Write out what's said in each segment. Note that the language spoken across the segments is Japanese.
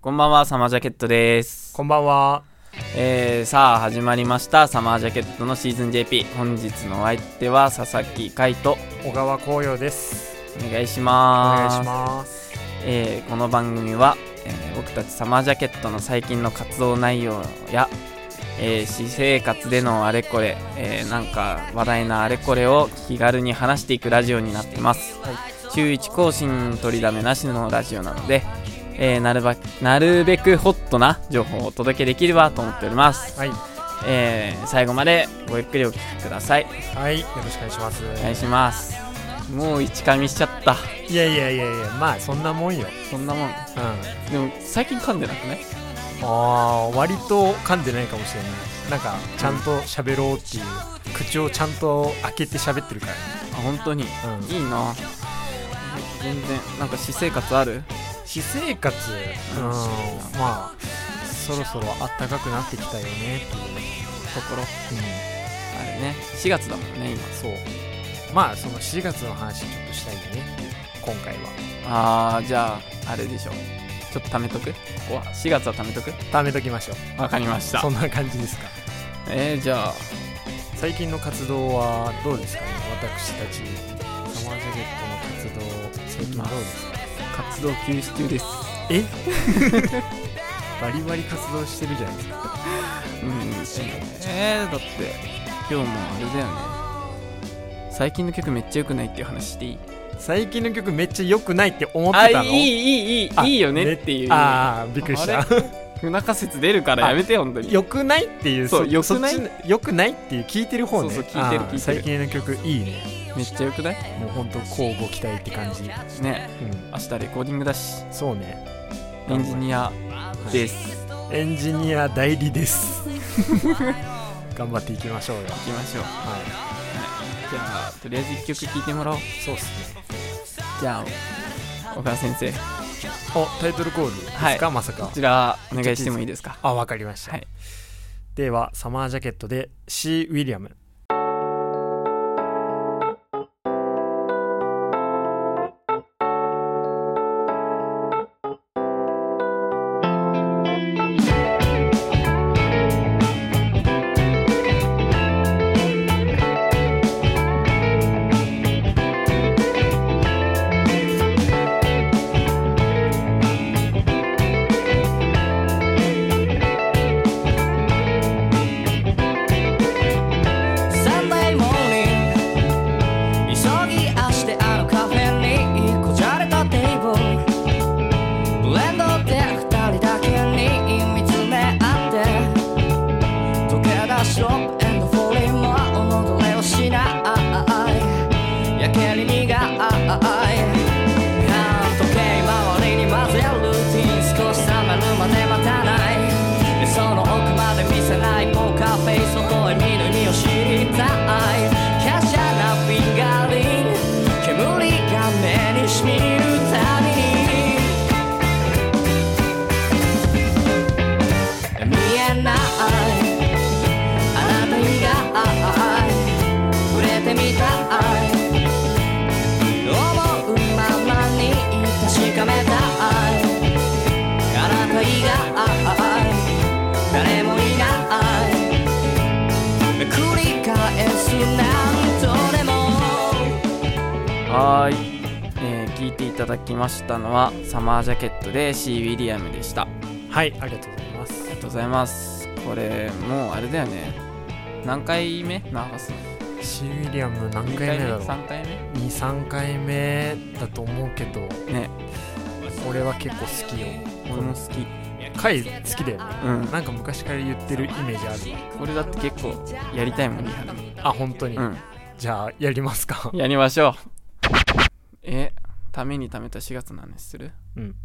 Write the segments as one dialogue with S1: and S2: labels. S1: こんばんは、サマージャケットです。
S2: こんばんは。
S1: えー、さあ、始まりました、サマージャケットのシーズン JP。本日のお相手は、佐々木海斗。
S2: 小川紅葉です。
S1: お願いし
S2: お
S1: ま
S2: 願い
S1: す。
S2: します。
S1: えーこの番組は、えー僕たちサマージャケットの最近の活動内容や、えー私生活でのあれこれ、えーなんか話題なあれこれを気軽に話していくラジオになってます、週1更新取りだめなしのラジオなので、えーなるばなるべくホットな情報をお届けできればと思っております、
S2: はい。
S1: えー最後までごゆっくりお聞きください
S2: はい。よろしくお願いします。
S1: お願いしますもう一噛みしちゃった
S2: いやいやいやいや、まあそんなもんよ。
S1: そんなもん
S2: うん。あ
S1: でも最近噛んでなくね
S2: あー、割と噛んでないかもしれない。なんか、ちゃんと喋ろうっていう。口をちゃんと開けて喋ってるか
S1: あ本当に
S2: ら。うん。
S1: いいな全然なんか私生活ある
S2: 私生活、うん。まあ、そろそろ暖かくなってきたよねっていう。
S1: ところ
S2: うん。
S1: あれね4月だもんね今
S2: そう。まあ、その4月の話ちょっとしたいよね。今回は。
S1: あーじゃああれでしょちょっと貯めとくここは4月は貯めとく
S2: 貯めときましょう。
S1: わかりました
S2: そんな感じですか。
S1: えー、じゃあ
S2: 最近の活動はどうですかね私たちサマージャケットの活動最近どうですか
S1: 活動休止中です
S2: えバリバリ活動してるじゃないですか
S1: うんえー、だって今日もあれだよね最近の曲めっちゃ良くないっていう話していい
S2: 最近の曲めっちゃ良くないって思って
S1: あい
S2: たの
S1: いいいいい
S2: あ
S1: いいよねっていう
S2: ああびっくりし
S1: あ
S2: た
S1: 不仲説出るからやめて本当に
S2: 良くないっていう
S1: そう良
S2: よ
S1: くない
S2: 良くないっていう聞いてる方ね
S1: そうそう聞いてる
S2: あー
S1: 聞いてる
S2: 最近の曲いいね
S1: めっちゃ良くない
S2: もうほんと交互期待って感じう
S1: ね
S2: ん
S1: 明日レコーディングだし
S2: そうね
S1: エンジニアです。
S2: エンジニア代理です頑張っていきましょうよ
S1: 行きましょう。
S2: は
S1: じゃあ、とりあえず一曲聴いてもらおう。
S2: いそうっすね
S1: じゃあ、小川先生、こ
S2: おタイトルコールですか、
S1: はい
S2: まさか
S1: ちらお願いしてもいいですか。
S2: あわかりました、
S1: はい
S2: ではサマージャケットで C ・ウィリアム
S3: 「サンデーモーニング」「急ぎ足であのカフェにこじゃれたテーブル」「ブレンドで二人だけに見つめ合って」「溶け出しロップエンドフォーリーもおのどれをしない」「やけに苦い」「半時計回りに混ぜるルーティン」「少し冷めるまで待たない」「その奥まで見せないポーカーフェイスの声見ぬ身を知りたい」「華奢なフィンガーリング」「煙が目にしみるたびに」見えないあなた以外触れてみたい思うままに確かめたいあなた以外誰もいない繰り返す何度でも
S1: はーい。えー、聴いていただきましたのは、サマージャケットで C ・ウィリアムでした。あ
S2: はいありがとうございます
S1: りがとうございます。これ、もうあれだよね。何回目流すの
S2: C ・ウィリアム何
S1: ?2
S2: 回
S1: 回
S2: 目
S1: 目
S2: だろう
S1: ?3 回目
S2: 23回目だと思うけど
S1: ね、
S2: 俺は結構好きよ
S1: 俺も好き。
S2: 回好きだよね
S1: うん。
S2: なんか昔から言ってるイメージある
S1: これだって結構やりたいもん、リハルに。
S2: あ本当に、
S1: うん。
S2: じゃあやりますか
S1: やりましょう。え、ために貯めた4月の話する
S2: うん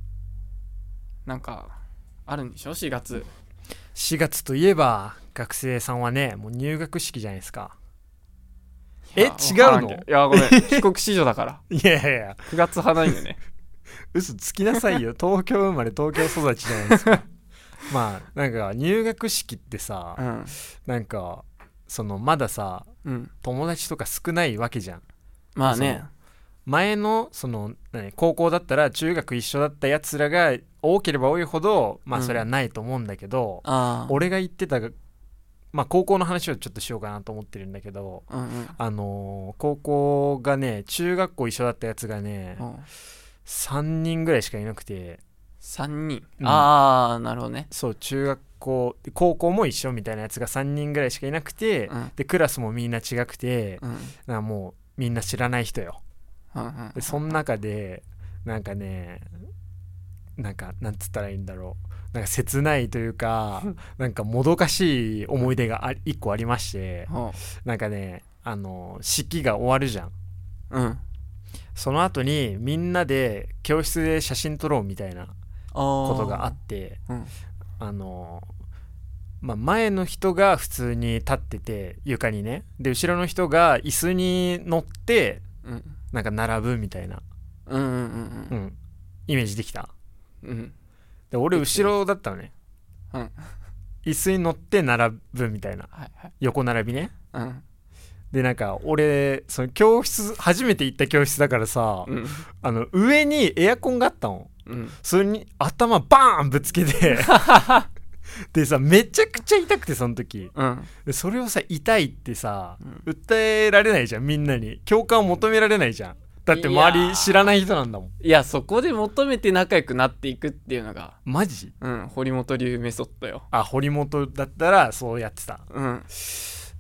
S1: なんかあるんでしょ4月
S2: 4月といえば学生さんはねもう入学式じゃないですか
S1: い
S2: え
S1: や
S2: 違う
S1: わからん
S2: の
S1: けどいやごめ ん帰国子女だから
S2: いやいやいや
S1: 9月派ないよ ね
S2: 嘘つきなさ いよ東京生まれ東京育ちじゃないですか まあなんか入学式ってさ、
S1: うん
S2: なんかそのまださ
S1: うん
S2: 友達とか少ないわけじゃん
S1: まあね
S2: 前のその何高校だったら中学一緒だったやつらが多ければ多いほどまあ
S1: うん
S2: それはないと思うんだけど、
S1: ああ
S2: 俺が言ってた、まあ、高校の話をちょっとしようかなと思ってるんだけど
S1: うんうん
S2: あのー高校がね中学校一緒だったやつがね、
S1: うん
S2: 3人ぐらいしかいなくて
S1: 3人、
S2: うん
S1: ああなるほどね
S2: そう中学校高校も一緒みたいなやつが3人ぐらいしかいなくて、
S1: うん
S2: でクラスもみんな違くて、
S1: うん
S2: なんかもうみんな知らない人よ
S1: うんうん
S2: でその中でなんかねなんかなんつったらいいんだろうなんか切ないとい うかなんかもどかしい思い出があ一個ありまして
S1: ほ
S2: なんかねあの式が終わるじゃん
S1: ううん
S2: その後にみんなで教室で写真撮ろうみたいなこ
S1: こと
S2: があって
S1: うん
S2: あの、まあ、前の人が普通に立ってて床にねで後ろの人が椅子に乗って
S1: うん
S2: なんか並ぶみたいな、
S1: うんうんう
S2: うんん、イメージできた
S1: うんうん
S2: で俺後ろだったのね、
S1: うん
S2: 椅子に乗って並ぶみたいな
S1: はいはい
S2: 横並びね
S1: うん
S2: でなんか俺その教室初めて行った教室だからさ、
S1: うん
S2: あの上にエアコンがあったの
S1: うん
S2: それに頭バーンぶつけて でさめちゃくちゃ痛くてその時
S1: うん
S2: でそれをさ痛いってさ、
S1: うん
S2: 訴えられないじゃんみんなに共感を求められないじゃんだって周
S1: いや
S2: り
S1: ー
S2: 知らない人なんだもん
S1: いやそこで求めて仲良くなっていくっていうのが、
S2: マジ
S1: うん、堀本流メソッドよ
S2: あ堀本だったらそうやってた
S1: うん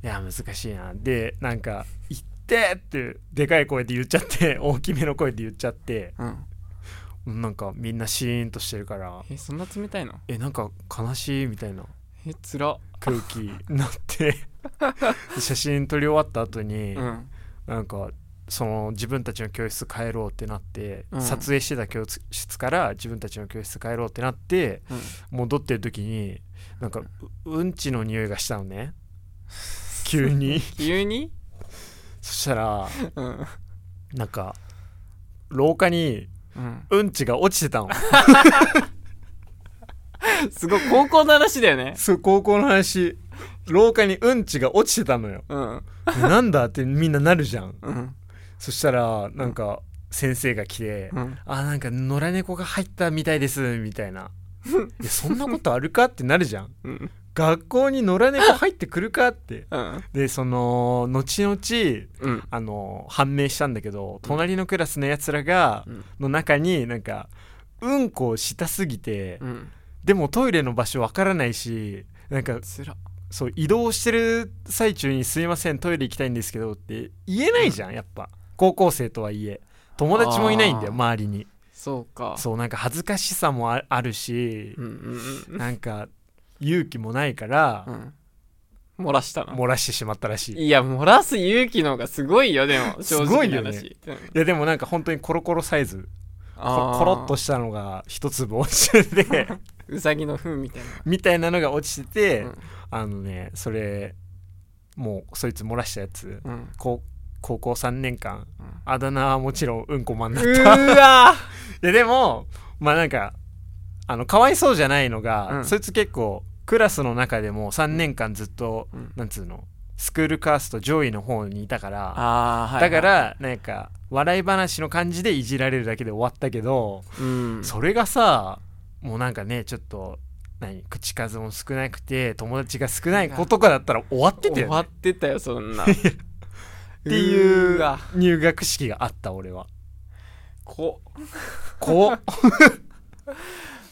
S2: いや難しいなでなんか「行って!」ってでかい声で言っちゃって 大きめの声で言っちゃって
S1: うん
S2: なんかみんなシーンとしてるから
S1: えそんな冷たいの
S2: えなんか悲しいみたいな
S1: えつら
S2: 空気になってで写真撮り終わった後に、
S1: うん
S2: なんかその自分たちの教室帰ろうってなって、
S1: うん
S2: 撮影してた教室から自分たちの教室帰ろうってなって
S1: うん
S2: 戻ってる時になんかううんちの匂いがしたのね急に
S1: 急に
S2: そしたら
S1: うん
S2: なんか廊下に
S1: うん
S2: うんちが落ちてたの
S1: すごい高校の話だよね
S2: そう高校の話廊下にうんちが落ちてたのよ
S1: うん
S2: なんだってみんななるじゃん
S1: うん
S2: そしたらなんか先生が来て
S1: うん
S2: 「あなんか野良猫が入ったみたいです」みた いな「いやそんなことあるか?」ってなるじゃん
S1: うん
S2: 学校に野良猫入ってくるかって
S1: うん
S2: でその後々
S1: うん
S2: あの判明したんだけど隣のクラスのやつらがの中になんかうんこをしたすぎて
S1: うん
S2: でもトイレの場所わからないしなんか
S1: つら
S2: そう移動してる最中に「すいませんトイレ行きたいんですけど」って言えないじゃんやっぱ高校生とはいえ友達もいないんだ
S1: あ
S2: よ
S1: ー
S2: 周りに
S1: そうか
S2: そうなんか恥ずかしさもああるし
S1: うんうん
S2: なんか勇気もないから
S1: うんうん漏らしたな
S2: 漏らしてしまったらしいい
S1: いや漏らす勇気の方がすごいよでも正
S2: すご
S1: 直
S2: い
S1: な
S2: よね
S1: 話うん
S2: やでもなんか本当にコロコロサイズ
S1: あー
S2: ココロッとしたのが一粒落ち てて
S1: うさぎの糞みたいな
S2: みたいなのが落ちてて、
S1: うん
S2: あのねそれもうそいつ漏らしたやつ
S1: うん
S2: 高高校3年間
S1: うん
S2: あだ名はもちろんうんこマンだ
S1: う
S2: った
S1: ーわー
S2: ででもまあなんかあのかわいそうじゃないのが、
S1: うん
S2: そいつ結構クラスの中でも3年間ずっと、
S1: うん
S2: なんつうのスクールカースト上位の方にいたから
S1: あーはいはい
S2: だからなんか笑い話の感じでいじられるだけで終わったけど、
S1: うん
S2: それがさもうなんかねちょっと何口数も少なくて友達が少ない子とかだったら終わってた
S1: 終
S2: よ、
S1: わ
S2: ね、っ
S1: ってたよそんなって
S2: ていう
S1: わ
S2: 入学式があった俺は。
S1: こ
S2: こう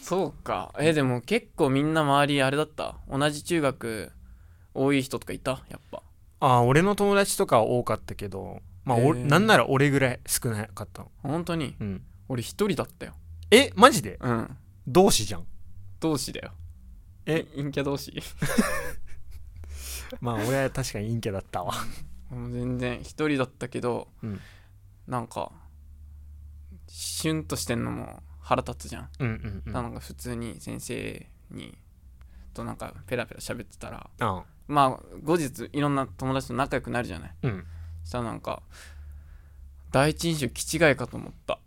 S1: そうかえでも結構みんな周りあれだった同じ中学多い人とかいたやっぱ
S2: あー俺の友達とかは多かったけど、まあ、お
S1: へー
S2: なんなら俺ぐらい少なかったの、
S1: 本当に
S2: うん、
S1: 俺一人だったよ
S2: えマジで
S1: うん
S2: 同志じゃん
S1: 同士だよ
S2: え
S1: い陰キャ同士
S2: まあ俺は確かに陰キャだったわ
S1: もう全然一人だったけど、
S2: うん
S1: なんかシュンとしてんのも腹立つじゃん、
S2: うんうんうん
S1: なんか普通に先生にとなんかペラペラ喋ってたら
S2: あ
S1: まあ後日いろんな友達と仲良くなるじゃない
S2: うん
S1: そしたらなんか第一印象気違いかと思った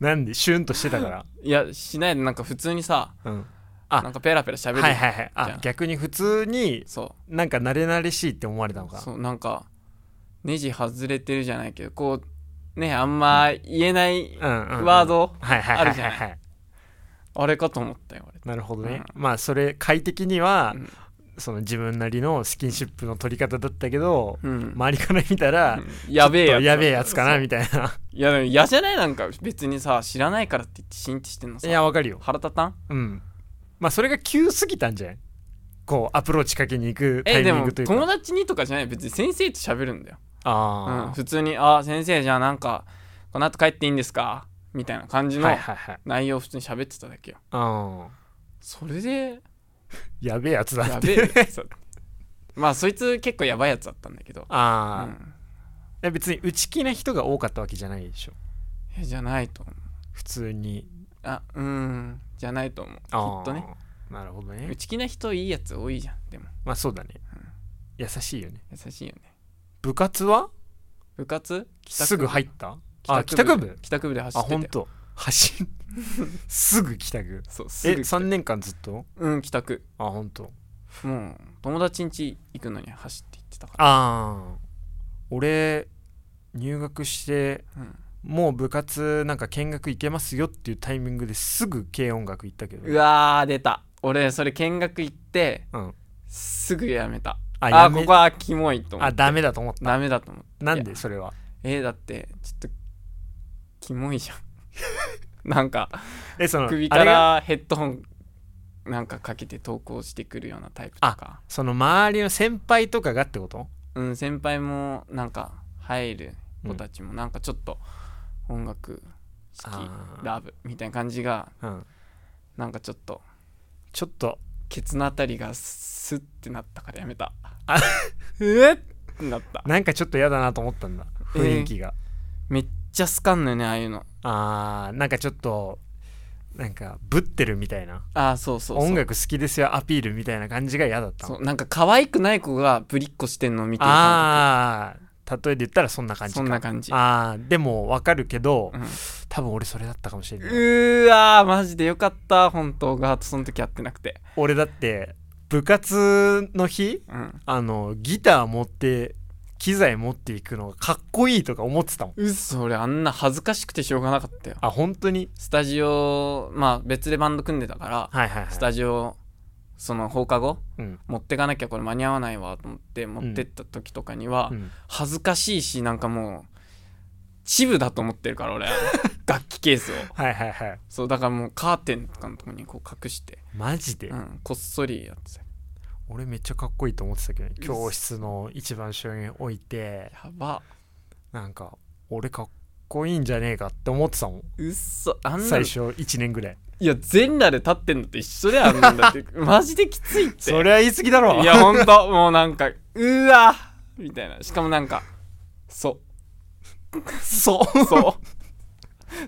S2: なんでシュンとしてたから、
S1: いやしないでなんか普通にさ
S2: うん、あ
S1: なんかペラペラ喋る、
S2: はいはいはい
S1: じゃ
S2: あ
S1: あ
S2: 逆に普通に
S1: そ
S2: なんか慣れ慣れしいって思われたの
S1: う
S2: か
S1: そうなんかネジ外れてるじゃないけどこうねあんま言えない
S2: うんうんうん
S1: ワード、
S2: はいはいはい
S1: あるじゃ
S2: はい
S1: な
S2: はい
S1: あれかと思ったよ俺
S2: なるほどね、
S1: う
S2: まあそれ快適には、
S1: うん
S2: その自分なりのスキンシップの取り方だったけど、
S1: うん
S2: 周りから見たら、
S1: うんやべえやつ
S2: やべえやつかなみ たいな
S1: いやでも嫌じゃないなんか別にさ知らないからって言ってシンってしてんの
S2: い
S1: さ
S2: やわかるよ
S1: 腹立たん
S2: うんまあそれが急すぎたんじゃないこうアプローチかけに行くタ
S1: え
S2: イミ
S1: で
S2: ン
S1: も
S2: グというか
S1: 友達にとかじゃない別に先生と喋るんだよ、
S2: あ
S1: うん、
S2: あ、
S1: 普通に「あ先生じゃあなんかこの後帰っていいんですか?」みたいな感じ
S2: はい
S1: の
S2: はいはい
S1: 内容を普通に喋ってただけよ
S2: あ
S1: それで
S2: ーやべえやつだ
S1: や
S2: っ
S1: べ
S2: て
S1: えやつだったまあそいつ結構やばいやつだったんだけど、う
S2: ああ、
S1: ん、
S2: いや別に内気な人が多かったわけじゃないでしょ
S1: えじゃないと思う
S2: 普通に
S1: あうんじゃないと思うきっとね
S2: あーなるほどね
S1: 内気な人いいやつ多いじゃんでも
S2: まあそうだね、優しいよね
S1: 優しいよね
S2: 部活は
S1: 部活帰宅部
S2: すぐ入ったあ帰宅部
S1: 帰宅部で走
S2: あ
S1: って
S2: 本
S1: て
S2: 当走 るすぐ帰宅
S1: そうす
S2: え
S1: ぐ帰宅
S2: 3年間ずっと
S1: うん帰宅
S2: あ本当
S1: もう友達ん家行くのに走って行ってたから
S2: ああ俺入学して
S1: うん
S2: もう部活なんか見学行けますよっていうタイミングですぐ軽音楽行ったけど
S1: うわー出た俺それ見学行って
S2: うん
S1: すぐやめた
S2: あ
S1: あ
S2: や
S1: ー
S2: め
S1: ここはキモいと思っ
S2: あ
S1: て
S2: ダメだと思った
S1: ダメだと思って
S2: なん
S1: い
S2: で
S1: や
S2: それは
S1: えーだってちょっとキモいじゃ んなんか
S2: えその
S1: 首
S2: あ
S1: か
S2: れが
S1: らヘッドホンなんかかけて投稿してくるようなタイプとか
S2: その周りの先輩とかがってこと
S1: うん先輩もなんか入る子たちもなんかちょっと音楽好
S2: あ
S1: き
S2: ー
S1: ラブみたいな感じが
S2: うん
S1: なんかちょっと
S2: ちょっと
S1: ケツのあたりがスッてなったからやめた
S2: あ
S1: えっってなった
S2: なんかちょっと嫌だなと思ったんだ
S1: えー
S2: 雰囲気が、
S1: めっちゃ好かんのよねああいうの
S2: あーなんかちょっとなんかぶってるみたいな
S1: ああそうそうそう
S2: 音楽好きですよアピールみたいな感じが嫌だった
S1: そ
S2: の
S1: うなんか可愛くない子がぶりっこしてんのを見てる感
S2: ああ例えで言ったらそんな感
S1: じ
S2: じ
S1: そ
S2: か
S1: んな感じ
S2: あーでもわかるけど、
S1: うん
S2: 多分俺それだったかもしれ
S1: う
S2: ない、
S1: ーわーマジでよかった本当ガートその時やってなくて
S2: 俺だって部活の日
S1: うん
S2: あのギター持って機材持っていくのがかっこいいとか思ってたもん
S1: うっそ俺あんな恥ずかしくてしょうがなかったよ
S2: あ本当に
S1: スタジオまあ別でバンド組んでたから
S2: はいはいはい
S1: スタジオその放課後
S2: うん
S1: 持ってかなきゃこれ間に合わないわと思って持ってった時とかには
S2: うん
S1: 恥ずかしいしなんかもうチブだと思ってるから俺 楽器ケースを
S2: はいはいはい
S1: そうだからもうカーテンとかのとこにこう隠して、
S2: マジで、
S1: うん、こっそりやってた
S2: 俺めっちゃかっこいいと思ってたけど、
S1: っ
S2: ね、教室の一番後ろに置いて
S1: やば
S2: なんか俺かっこいいんじゃねえかって思ってたもん
S1: うっそあんなの
S2: 最初1年ぐらい
S1: いや全裸で立ってんのと一緒であんなんだって マジできついって
S2: そりゃ言い過ぎだろ
S1: いやほんともうなんかうわみたいなしかもなんかそ
S2: そう
S1: そ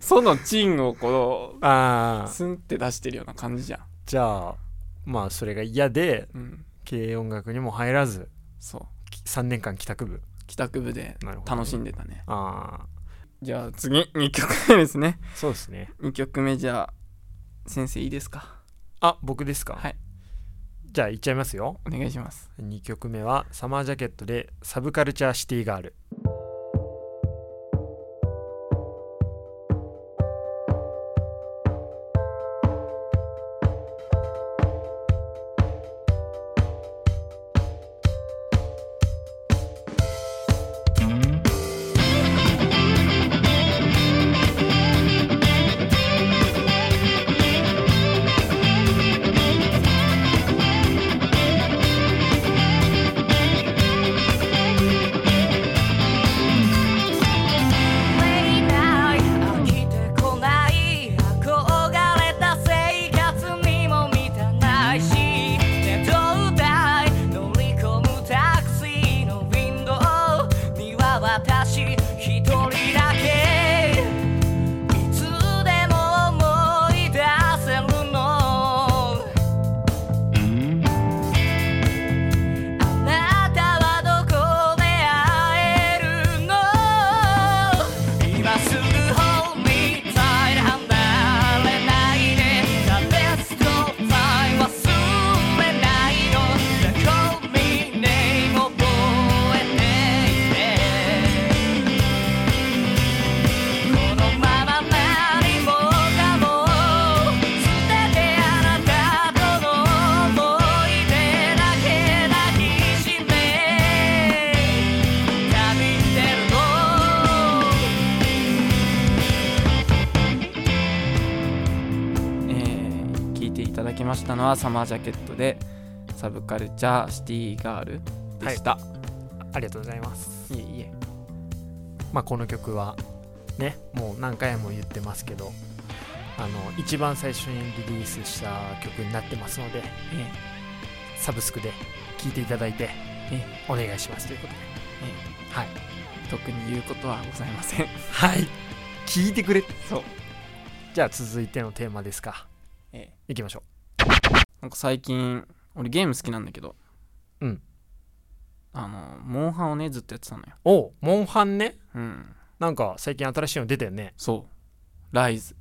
S1: そのチンをこ
S2: あ
S1: う
S2: あ
S1: スンって出してるような感じじゃん
S2: じゃあまあそれが嫌で
S1: うん
S2: 軽音楽にも入らず
S1: そう
S2: 3年間帰宅部
S1: 帰宅部で
S2: なるほどね
S1: 楽しんでたね
S2: ああ
S1: じゃあ次2曲目ですね
S2: そうですね
S1: 2曲目じゃあ先生いいですか
S2: あ僕ですか
S1: はい
S2: じゃあいっちゃいますよ
S1: お願いします
S2: 2曲目は「サマージャケット」で「サブカルチャーシティガール」
S4: 「
S1: いただきましたのはサマージャケットでサブカルチャーシティガールでした、
S2: ありがとうございます
S1: い、えいえ
S2: まあこの曲はねもう何回も言ってますけどあの一番最初にリリースした曲になってますのでサブスクで聴いていただいて
S1: え
S2: お願いしますということではい
S1: 特に言うことはございません
S2: はい聴いてくれ
S1: そう
S2: じゃあ続いてのテーマですか
S1: ええ
S2: いきましょ
S1: なんか最近俺ゲーム好きなんだけど
S2: うん
S1: あのモンハンをねずっとやってたのよ
S2: うおうモンハンね
S1: うん
S2: なんか最近新しいの出たよね
S1: そうライズ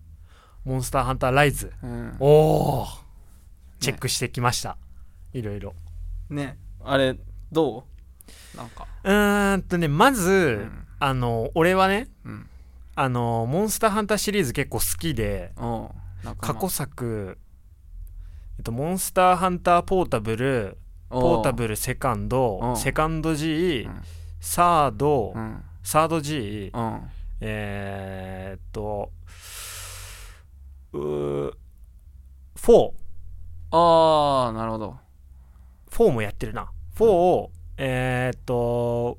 S2: モンスターハンターライズ
S1: うん
S2: おおチェックしてきました、いろいろ
S1: ねあれどうなんか
S2: うーんとねまず、
S1: ん
S2: あの俺はね
S1: うん
S2: あのモンスターハンターシリーズ結構好きで
S1: おうなんか
S2: 過去作、えっと、モンスターハンターポータブルポータ
S1: ル
S2: ブルセカン
S1: う
S2: ド
S1: ん
S2: セカンド G、
S1: うん
S2: サード、
S1: うん
S2: サード G、
S1: うん
S2: えーっとうーフォー
S1: ああなるほど
S2: フォーもやってるなフォーを、えーっと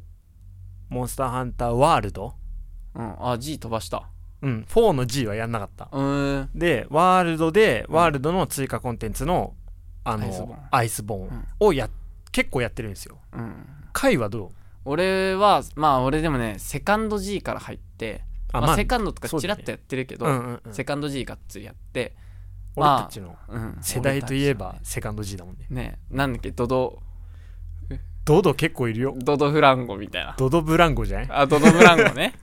S2: モンスターハンターワールド
S1: うんあ G 飛ばした
S2: うんフォーの G はやんなかった
S1: うーん
S2: でワールドで
S1: うん
S2: ワールドの追加コンテンツの、あの
S1: アイスボーン
S2: アイスボーンをや、結構やってるんですよ
S1: うん
S2: 回はどう
S1: 俺はまあ俺でもねセカンド G から入ってまあセカンドと
S2: そ
S1: か
S2: うだ
S1: チラ
S2: ね
S1: ッとやってるけど、
S2: うんうんうん
S1: セカンド G がっつりやって、まあ
S2: 俺たちの
S1: うん
S2: 世代といえばセカンド G だもんね
S1: ねなんだっけドド
S2: ドド結構いるよ
S1: ドドフランゴみたいな
S2: ドドブランゴじゃない
S1: あドドフランゴ ね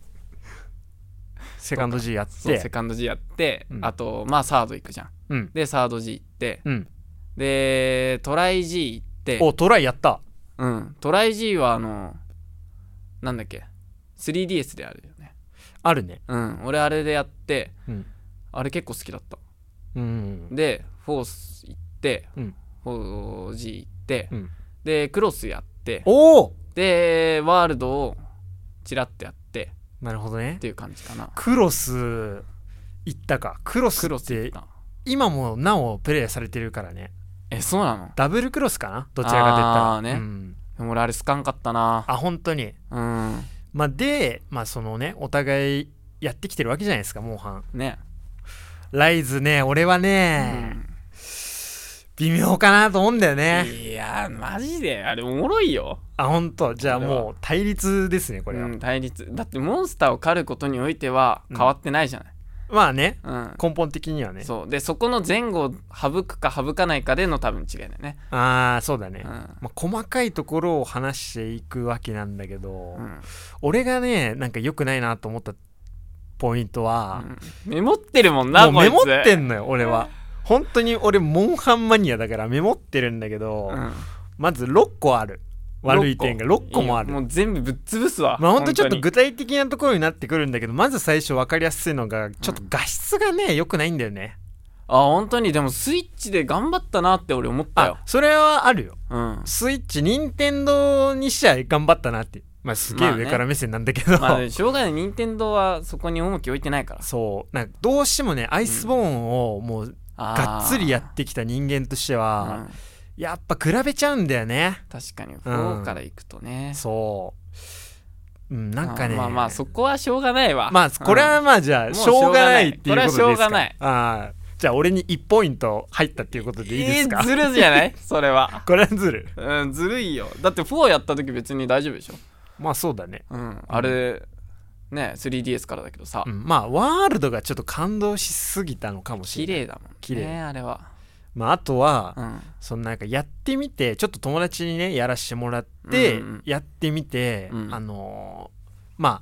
S2: セカンド G やっ
S1: そうセ
S2: て
S1: カンド G やって、
S2: うん
S1: あとまあサード行くじゃん
S2: うん
S1: でサード G 行って
S2: うん
S1: でトライ G 行って
S2: おトライやった
S1: うん、トライ G はあのなんだっけ 3DS であるよね
S2: あるね
S1: うん俺あれでやって
S2: うん
S1: あれ結構好きだった
S2: うん
S1: でフォース行って、
S2: うん
S1: フォー G 行って、
S2: うん
S1: でクロスやって
S2: おお
S1: でワールドをチラッとやって
S2: なるほどね
S1: っていう感じかな
S2: クロス行ったかクロス
S1: クロ
S2: っ
S1: ス行
S2: て
S1: った
S2: 今もなおプレイされてるからね
S1: えそうなの
S2: ダブルクロスかなどちらかといっ
S1: あー
S2: たら
S1: ね
S2: うん
S1: でも俺あれ好かんかったな
S2: あ本当に
S1: うん
S2: まあ、で、まあ、そのねお互いやってきてるわけじゃないですかモンハン
S1: ね
S2: ライズね俺はね、微妙かなと思うんだよね
S1: いやーマジであれおもろいよ
S2: あ本当じゃあ
S1: これは
S2: もう対立ですねこれは、
S1: うん、対立だってモンスターを狩ることにおいては変わってないじゃない、
S2: まあね
S1: うん
S2: 根本的にはね
S1: そうでそこの前後を省くか省かないかでの多分違いだよね
S2: ああそうだね、
S1: うん
S2: まあ、細かいところを話していくわけなんだけど、
S1: うん
S2: 俺がねなんか良くないなと思ったポイントは、
S1: メモってるもんな
S2: もうメモ
S1: こいつ
S2: ってんのよ俺は本当に俺モンハンマニアだからメモってるんだけど、
S1: うん
S2: まず6個ある悪い点が6個もあ
S1: い
S2: る
S1: いよもう全部ぶっ潰すわ
S2: まあ本当にちょっと
S1: 本
S2: 具体的なところになってくるんだけどまず最初分かりやすいのがちょっと画質がね良くないんだよね
S1: 当にあ本当にでもスイッチで頑張ったなって俺思ったよ
S2: あそれはあるよ
S1: うん
S2: スイッチ任天堂にしちゃ頑張ったなってまあすげえ
S1: まあね
S2: 上から目線なんだけど、
S1: まあしょうがない任天堂はそこに重き置いてないから
S2: そうなんかどうしてもねアイスボーンをもう がっつりや
S1: て
S2: ってきた人間としては、やっぱ比べちゃうんだよね
S1: 確かに4から行くとね、
S2: そううんなんかね
S1: あまあまあそこはしょうがないわ
S2: まあこれはまあじゃ
S1: も
S2: あ
S1: う
S2: しょうがないっていうことですか
S1: しょうがない
S2: ああじゃあ俺に1ポイント入ったっていうことでいいですか、
S1: えーずるじゃないそれは、
S2: これはずる
S1: うん、ずるいよだって4やった時別に大丈夫でしょ、
S2: まあそうだね、
S1: うん、あれね 3DS からだけどさ、
S2: うん、まあワールドがちょっと感動しすぎたのかもしれ
S1: 綺
S2: ない
S1: 麗だもん
S2: 綺麗
S1: ねあれは、
S2: まああとは、
S1: うん、
S2: そのなんかやってみてちょっと友達にねやらしてもらって、
S1: うんうん
S2: やってみて、
S1: うん
S2: あのーまあ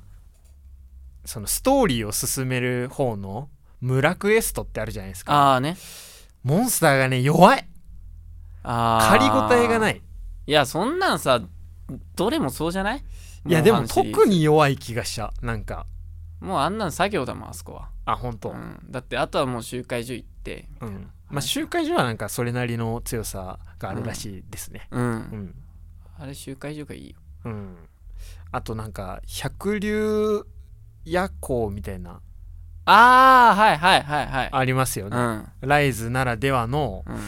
S2: そのストーリーを進める方の村クエストってあるじゃないですか
S1: ああね
S2: モンスターがね弱い
S1: あ
S2: 借り応えがないい
S1: いやそんなんさどれもそうじゃない
S2: いやで
S1: モ
S2: も
S1: ンハンシリーズ
S2: 特に弱い気がしたなんか
S1: もうあんなん作業だもんあそこは、
S2: あ本当、
S1: うん、だってあとはもう集会所行って
S2: うんまあ集会所はなんかそれなりの強さがあるらしいですね
S1: うん、
S2: うん、
S1: あれ集会所がいいよ
S2: うん、あとなんか百竜夜行みたいな
S1: ああはいはいはいはい
S2: ありますよ
S1: う
S2: ね、
S1: ん
S2: ライズならではの
S1: うん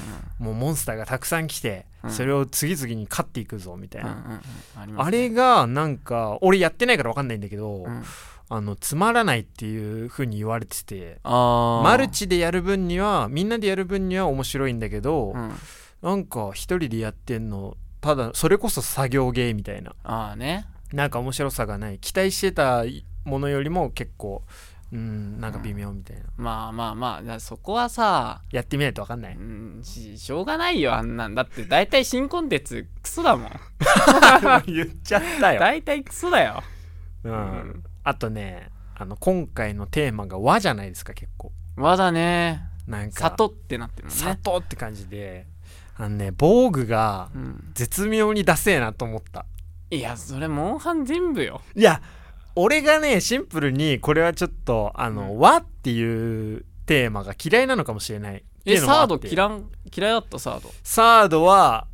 S2: もうモンスターがたくさん来て、
S1: うん
S2: それを次々に勝っていくぞみたい
S1: うんうんう
S2: な、
S1: んあります
S2: あ
S1: ね
S2: れがなんか俺やってないから分かんないんだけど、
S1: うん
S2: あのつまらないっていう風に言われてて
S1: あー
S2: マルチでやる分にはみんなでやる分には面白いんだけど、
S1: うん
S2: なんか一人でやってんのただそれこそ作業ゲーみたいな
S1: ああね
S2: なんか面白さがない期待してたものよりも結構うんなんか微妙みたいな、
S1: まあまあまあだからそこはさ
S2: やってみないと分かんない
S1: うんししょうがないよあんなんだって大体新コンテンツクソだもん
S2: 言っちゃっ たよ、
S1: 大体クソだよ
S2: う
S1: うん
S2: ん、あとねあの今回のテーマが和じゃないですか結構
S1: まだね
S2: なんか
S1: 里ってなってるもんね
S2: 里って感じであのね防具が
S1: うん
S2: 絶妙にダセえなと思った
S1: いやそれモンハン全部よ
S2: いや俺がねシンプルにこれはちょっとあの、
S1: うん
S2: 和っていうテーマが嫌いなのかもしれないって
S1: え
S2: いうのもあ
S1: サー
S2: って
S1: ド嫌ん嫌いだったサード
S2: サードは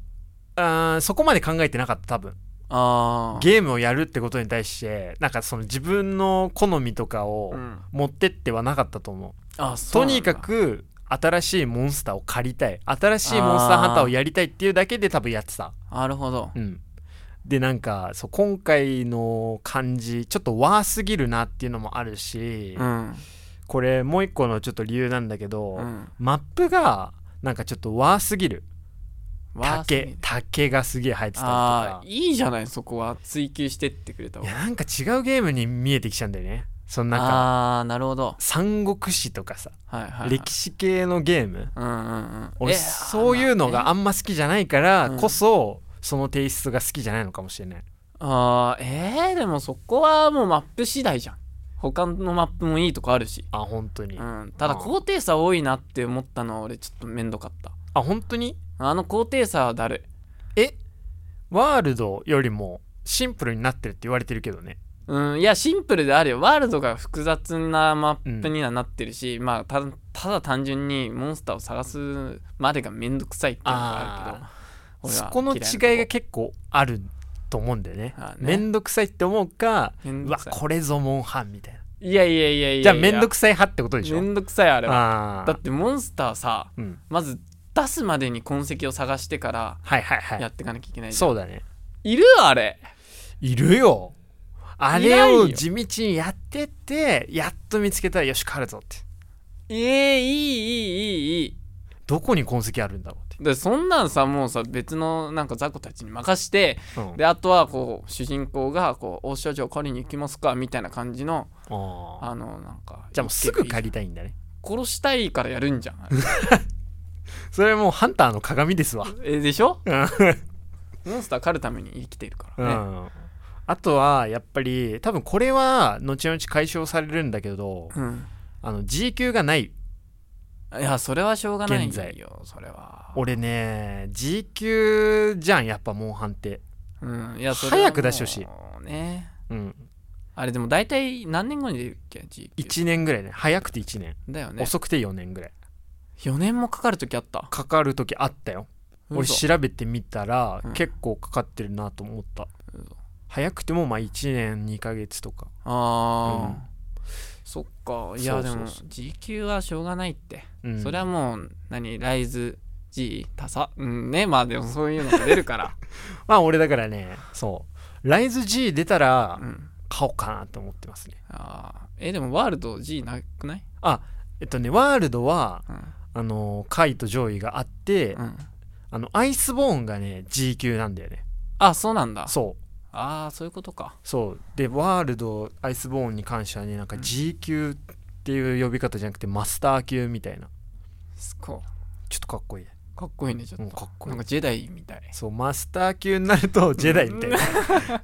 S2: あーそこまで考えてなかった多分
S1: あー
S2: ゲームをやるってことに対してなんかその自分の好みとかを
S1: うん
S2: 持ってってはなかったと思う、
S1: あそうな
S2: と
S1: んだ
S2: にかく新しいモンスターを借りたい新しいモンスターハンターをやりたいっていうだけで多分やってた
S1: なるほど
S2: うんでなんかそう今回の感じちょっとワーすぎるなっていうのもあるし、
S1: うん
S2: これもう一個のちょっと理由なんだけど、
S1: うん
S2: マップがなんかちょっとワーすぎる
S1: わーすげ
S2: 竹
S1: え
S2: 竹がすげえ生えてたりと
S1: あ
S2: か
S1: ーいいじゃないそこは追求してってくれた
S2: い
S1: 方
S2: や
S1: が
S2: なんか違うゲームに見えてきちゃうんだよねそのなんか
S1: ああなるほど
S2: 三国志とかさ
S1: はいはいはい
S2: 歴史系のゲーム
S1: うんうんうん
S2: 俺
S1: え
S2: そういうのがあんま好きじゃないから
S1: うん
S2: こそそのテイストが好きじゃないのかもしれない
S1: あーえー、でもそこはもうマップ次第じゃん他のマップもいいとこあるし、
S2: あ本当に
S1: うん、ただ
S2: あー
S1: 高低差多いなって思ったのは俺ちょっとめんどかった
S2: あ本当に
S1: あの高低差はだるい
S2: えワールドよりもシンプルになってるって言われてるけどね
S1: うん、いやシンプルであるよワールドが複雑なマップにはなってるし、まあたただ単純にモンスターを探すまでがめんどくさいっていうのがあるけど俺
S2: そ
S1: は
S2: この違い
S1: 嫌
S2: が
S1: なとこ
S2: 結構あると思うんだよね
S1: あーね
S2: めんどくさいって思うか
S1: めん
S2: う
S1: ど
S2: わ
S1: くさい
S2: これぞモンハンみたいない
S1: やいやいやいや
S2: じゃあめんどく
S1: さ
S2: さい派ってことでしょ
S1: めんどくさいあれは
S2: あ
S1: だってモンスターさ
S2: ーうん
S1: まず出すまでに痕跡を探してから
S2: はいはいはい
S1: やっていかなきゃいけないじゃん
S2: そうだね
S1: いるあれ
S2: いるよあれ
S1: いな
S2: を
S1: いよ
S2: 地道にやってってやっと見つけたらよし帰るぞって
S1: ええいいいいいいい
S2: どこに痕跡あるんだろうっ
S1: でそんなんさもうさ別のなんか雑魚たちに任して
S2: て、うん、
S1: であとはこう主人公がこう「お少女借りに行きますか」みたいな感じの
S2: あー
S1: あのなんか
S2: じゃあもうすぐ借りたいんだね
S1: 殺したいからやるんじゃん
S2: それもうハンターの鏡ですわ、
S1: えでし ょ
S2: うん
S1: モンスター狩るために生きてるか
S2: う
S1: らね
S2: んあとはやっぱり多分これは後々解消されるんだけど
S1: うん
S2: あの G 級がない
S1: いやそれはしょうがない
S2: 現在
S1: よそれは
S2: 俺ね G 級じゃんやっぱモンハンって
S1: うんいやそれは
S2: 早く出してほしい
S1: もうね
S2: うん
S1: あれでも大体何年後に出るっけ G 級
S2: 1年ぐらいね早くて1年、
S1: だよね
S2: 遅くて4年ぐらい
S1: 4年もかかる時あった
S2: かかる時あったよ俺
S1: 嘘
S2: 調べてみたら、
S1: うん
S2: 結構かかってるなと思った
S1: 嘘
S2: 早くてもまあ1年2ヶ月とか
S1: ああ、
S2: うん
S1: そっかいや
S2: そう
S1: で
S2: そう
S1: も
S2: そ
S1: G 級はしょうがないって、
S2: うん
S1: それはもう何ライズ G 多さうんねまあでもそういうのが出るから
S2: まあ俺だからねそうライズ G 出たら
S1: うん
S2: 買おうかなと思ってますね
S1: あーえでもワールド G なくない
S2: あえっとねワールドは
S1: うん、
S2: あの下位と上位があって、
S1: うん、
S2: あのアイスボーンがね G 級なんだよね
S1: あそうなんだ
S2: そう
S1: ああそういうことか
S2: そうでワールドアイスボーンに関してはねなんか G 級っていう呼び方じゃなくてマスター級みたいな
S1: すごい
S2: ちょっとかっこいいね
S1: かっこいいねちょっと、
S2: うんかっこい
S1: な
S2: い
S1: んかジェダイみたい
S2: そうマスター級になるとジェダイみ たいな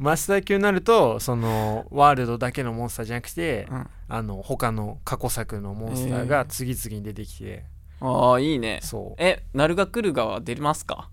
S2: マスター級になるとそのワールドだけのモンスターじゃなくて、
S1: うん
S2: あの他の過去作のモンスターが次々に出てきて、
S1: ああいいね
S2: そう
S1: えナルガクルガは出ますか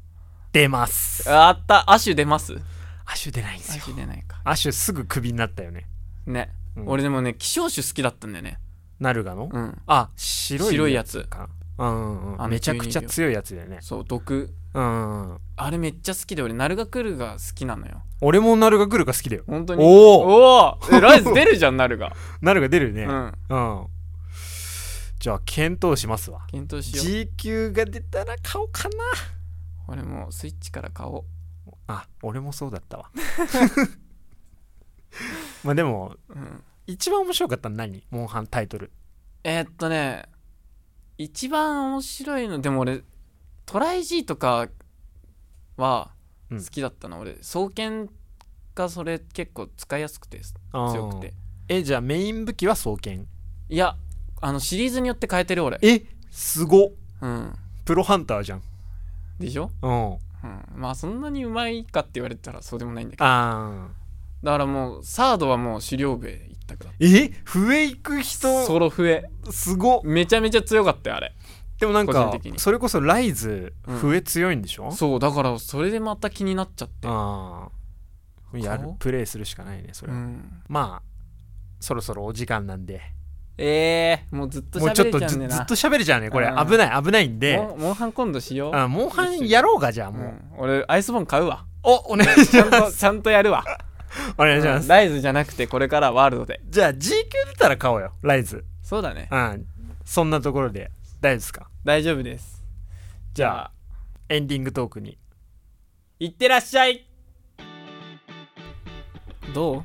S2: 出ます
S1: ああったアシュ出ます
S2: アシュ出ないんで
S1: ア
S2: すよ
S1: シュ出ないか
S2: アシュすぐクビになったよね、
S1: ね、
S2: うん
S1: 俺でもね希少種好きだったんだよね
S2: ナルガの、
S1: うん
S2: あ白い
S1: 白いやつ
S2: かなうんうん
S1: あ
S2: うん
S1: の
S2: めちゃくちゃ強いやつだよね
S1: そう毒
S2: うんうんうん
S1: あれめっちゃ好きで俺ナルガクルガ好きなのよ
S2: 俺もナルガ来るか好きだよ
S1: 本当に
S2: お
S1: おおーえライズ出るじゃんナルガ
S2: ナルガ出るね
S1: うん
S2: うんじゃあ検討しますわ
S1: 検討しよ
S2: G 級が出たら買おうかな
S1: う俺もスイッチから買おう
S2: あ俺もそうだった わまあでも
S1: うん
S2: 一番面白かったの何モンハンタイトル
S1: えーっとね一番面白いのでも俺トライ G とかは
S2: う
S1: 好
S2: ん
S1: きだったな、俺双剣がそれ結構使いやすくて強
S2: 強
S1: くて
S2: えじゃあメイン武器は双剣
S1: いやあのシリーズによって変えてる俺
S2: えすごっ
S1: うん
S2: プロハンターじゃん
S1: でしょ、
S2: う
S1: う
S2: ん
S1: ん、まあそんなにうまいかって言われたらそうでもないんだけど
S2: あ
S1: だからもうサードはもう狩猟笛一択だっ
S2: ーえ笛行く
S1: た
S2: 人
S1: ソロ笛
S2: すごっ
S1: めちゃめちゃ強かったよあれ
S2: でもなん
S1: 個
S2: か
S1: 人的に
S2: それこそライズ
S1: うん
S2: 笛強いんでしょ、
S1: そうだからそれでまた気になっちゃって
S2: ああやる
S1: 顔
S2: プレイするしかないねそれ
S1: う
S2: は、
S1: ん
S2: まあそろそろお時間なんで
S1: ええもうずっと
S2: もうち
S1: 喋
S2: ょ
S1: れち
S2: っとず
S1: ゃう
S2: ず
S1: んで
S2: っ
S1: な
S2: と喋るじゃんねこれ
S1: うん
S2: 危ない危ないんで
S1: モンモンハン今度しよう
S2: あモンハンやろうがじゃあ
S1: う
S2: もう、
S1: ん、俺アイスボーン買う わ
S2: おお願いし
S1: ちゃん
S2: ま
S1: と
S2: す
S1: ちゃんとやるわ
S2: お願いします、
S1: ライズじゃなくてこれからワールドで
S2: じゃあ G 級出たら買おうよライズ
S1: そうだね
S2: うんそんなところで大丈夫ですか
S1: 大丈夫です
S2: じゃあエンディングトークに
S1: いってらっしゃいどう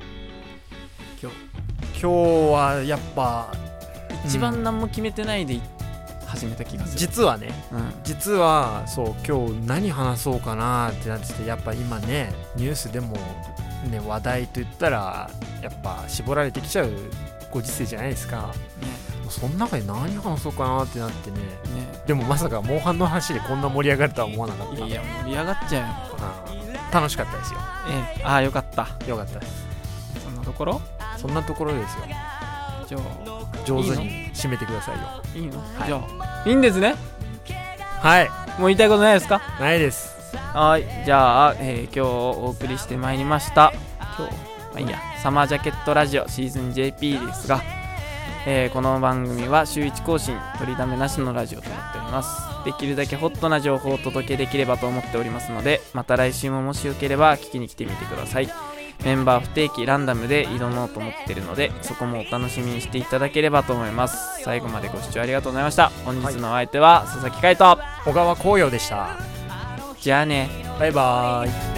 S1: 今
S2: 今日はやっぱ
S1: 日一番何も決めてないで始めた気がする、
S2: 実はね
S1: うん、
S2: 実はそう今日何話そうかなってなっててやっぱ今ねニュースでも、ね、話題といったらやっぱ絞られてきちゃうご時世じゃないですかもうその中で何話そうかなってなってね
S1: ねね
S2: でもまさかモンハンの話でこんな盛り上がるとは思わなかった
S1: いや盛り上がっちゃ
S2: うん楽しかったですよ
S1: うよええああよかった
S2: よかったです
S1: そんなところ
S2: そんなところですよ
S1: じゃあ
S2: 上手に締めてくださいよ
S1: いいの、じゃあいいんですね
S2: はい
S1: もう言いたいことないですか
S2: ないです
S1: はいじゃあ、えー今日お送りしてまいりました今日まあいいやサマージャケットラジオシーズン JP ですが、えーこの番組は週1更新取りだめなしのラジオとなっておりますできるだけホットな情報をお届けできればと思っておりますのでまた来週ももしよければ聞きに来てみてくださいメンバー不定期ランダムで挑もうと思ってるのでそこもお楽しみにしていただければと思います最後までご視聴ありがとうございました本日のお相手は佐々木海斗
S2: 小川紅葉でした
S1: じゃあね
S2: バイバーイ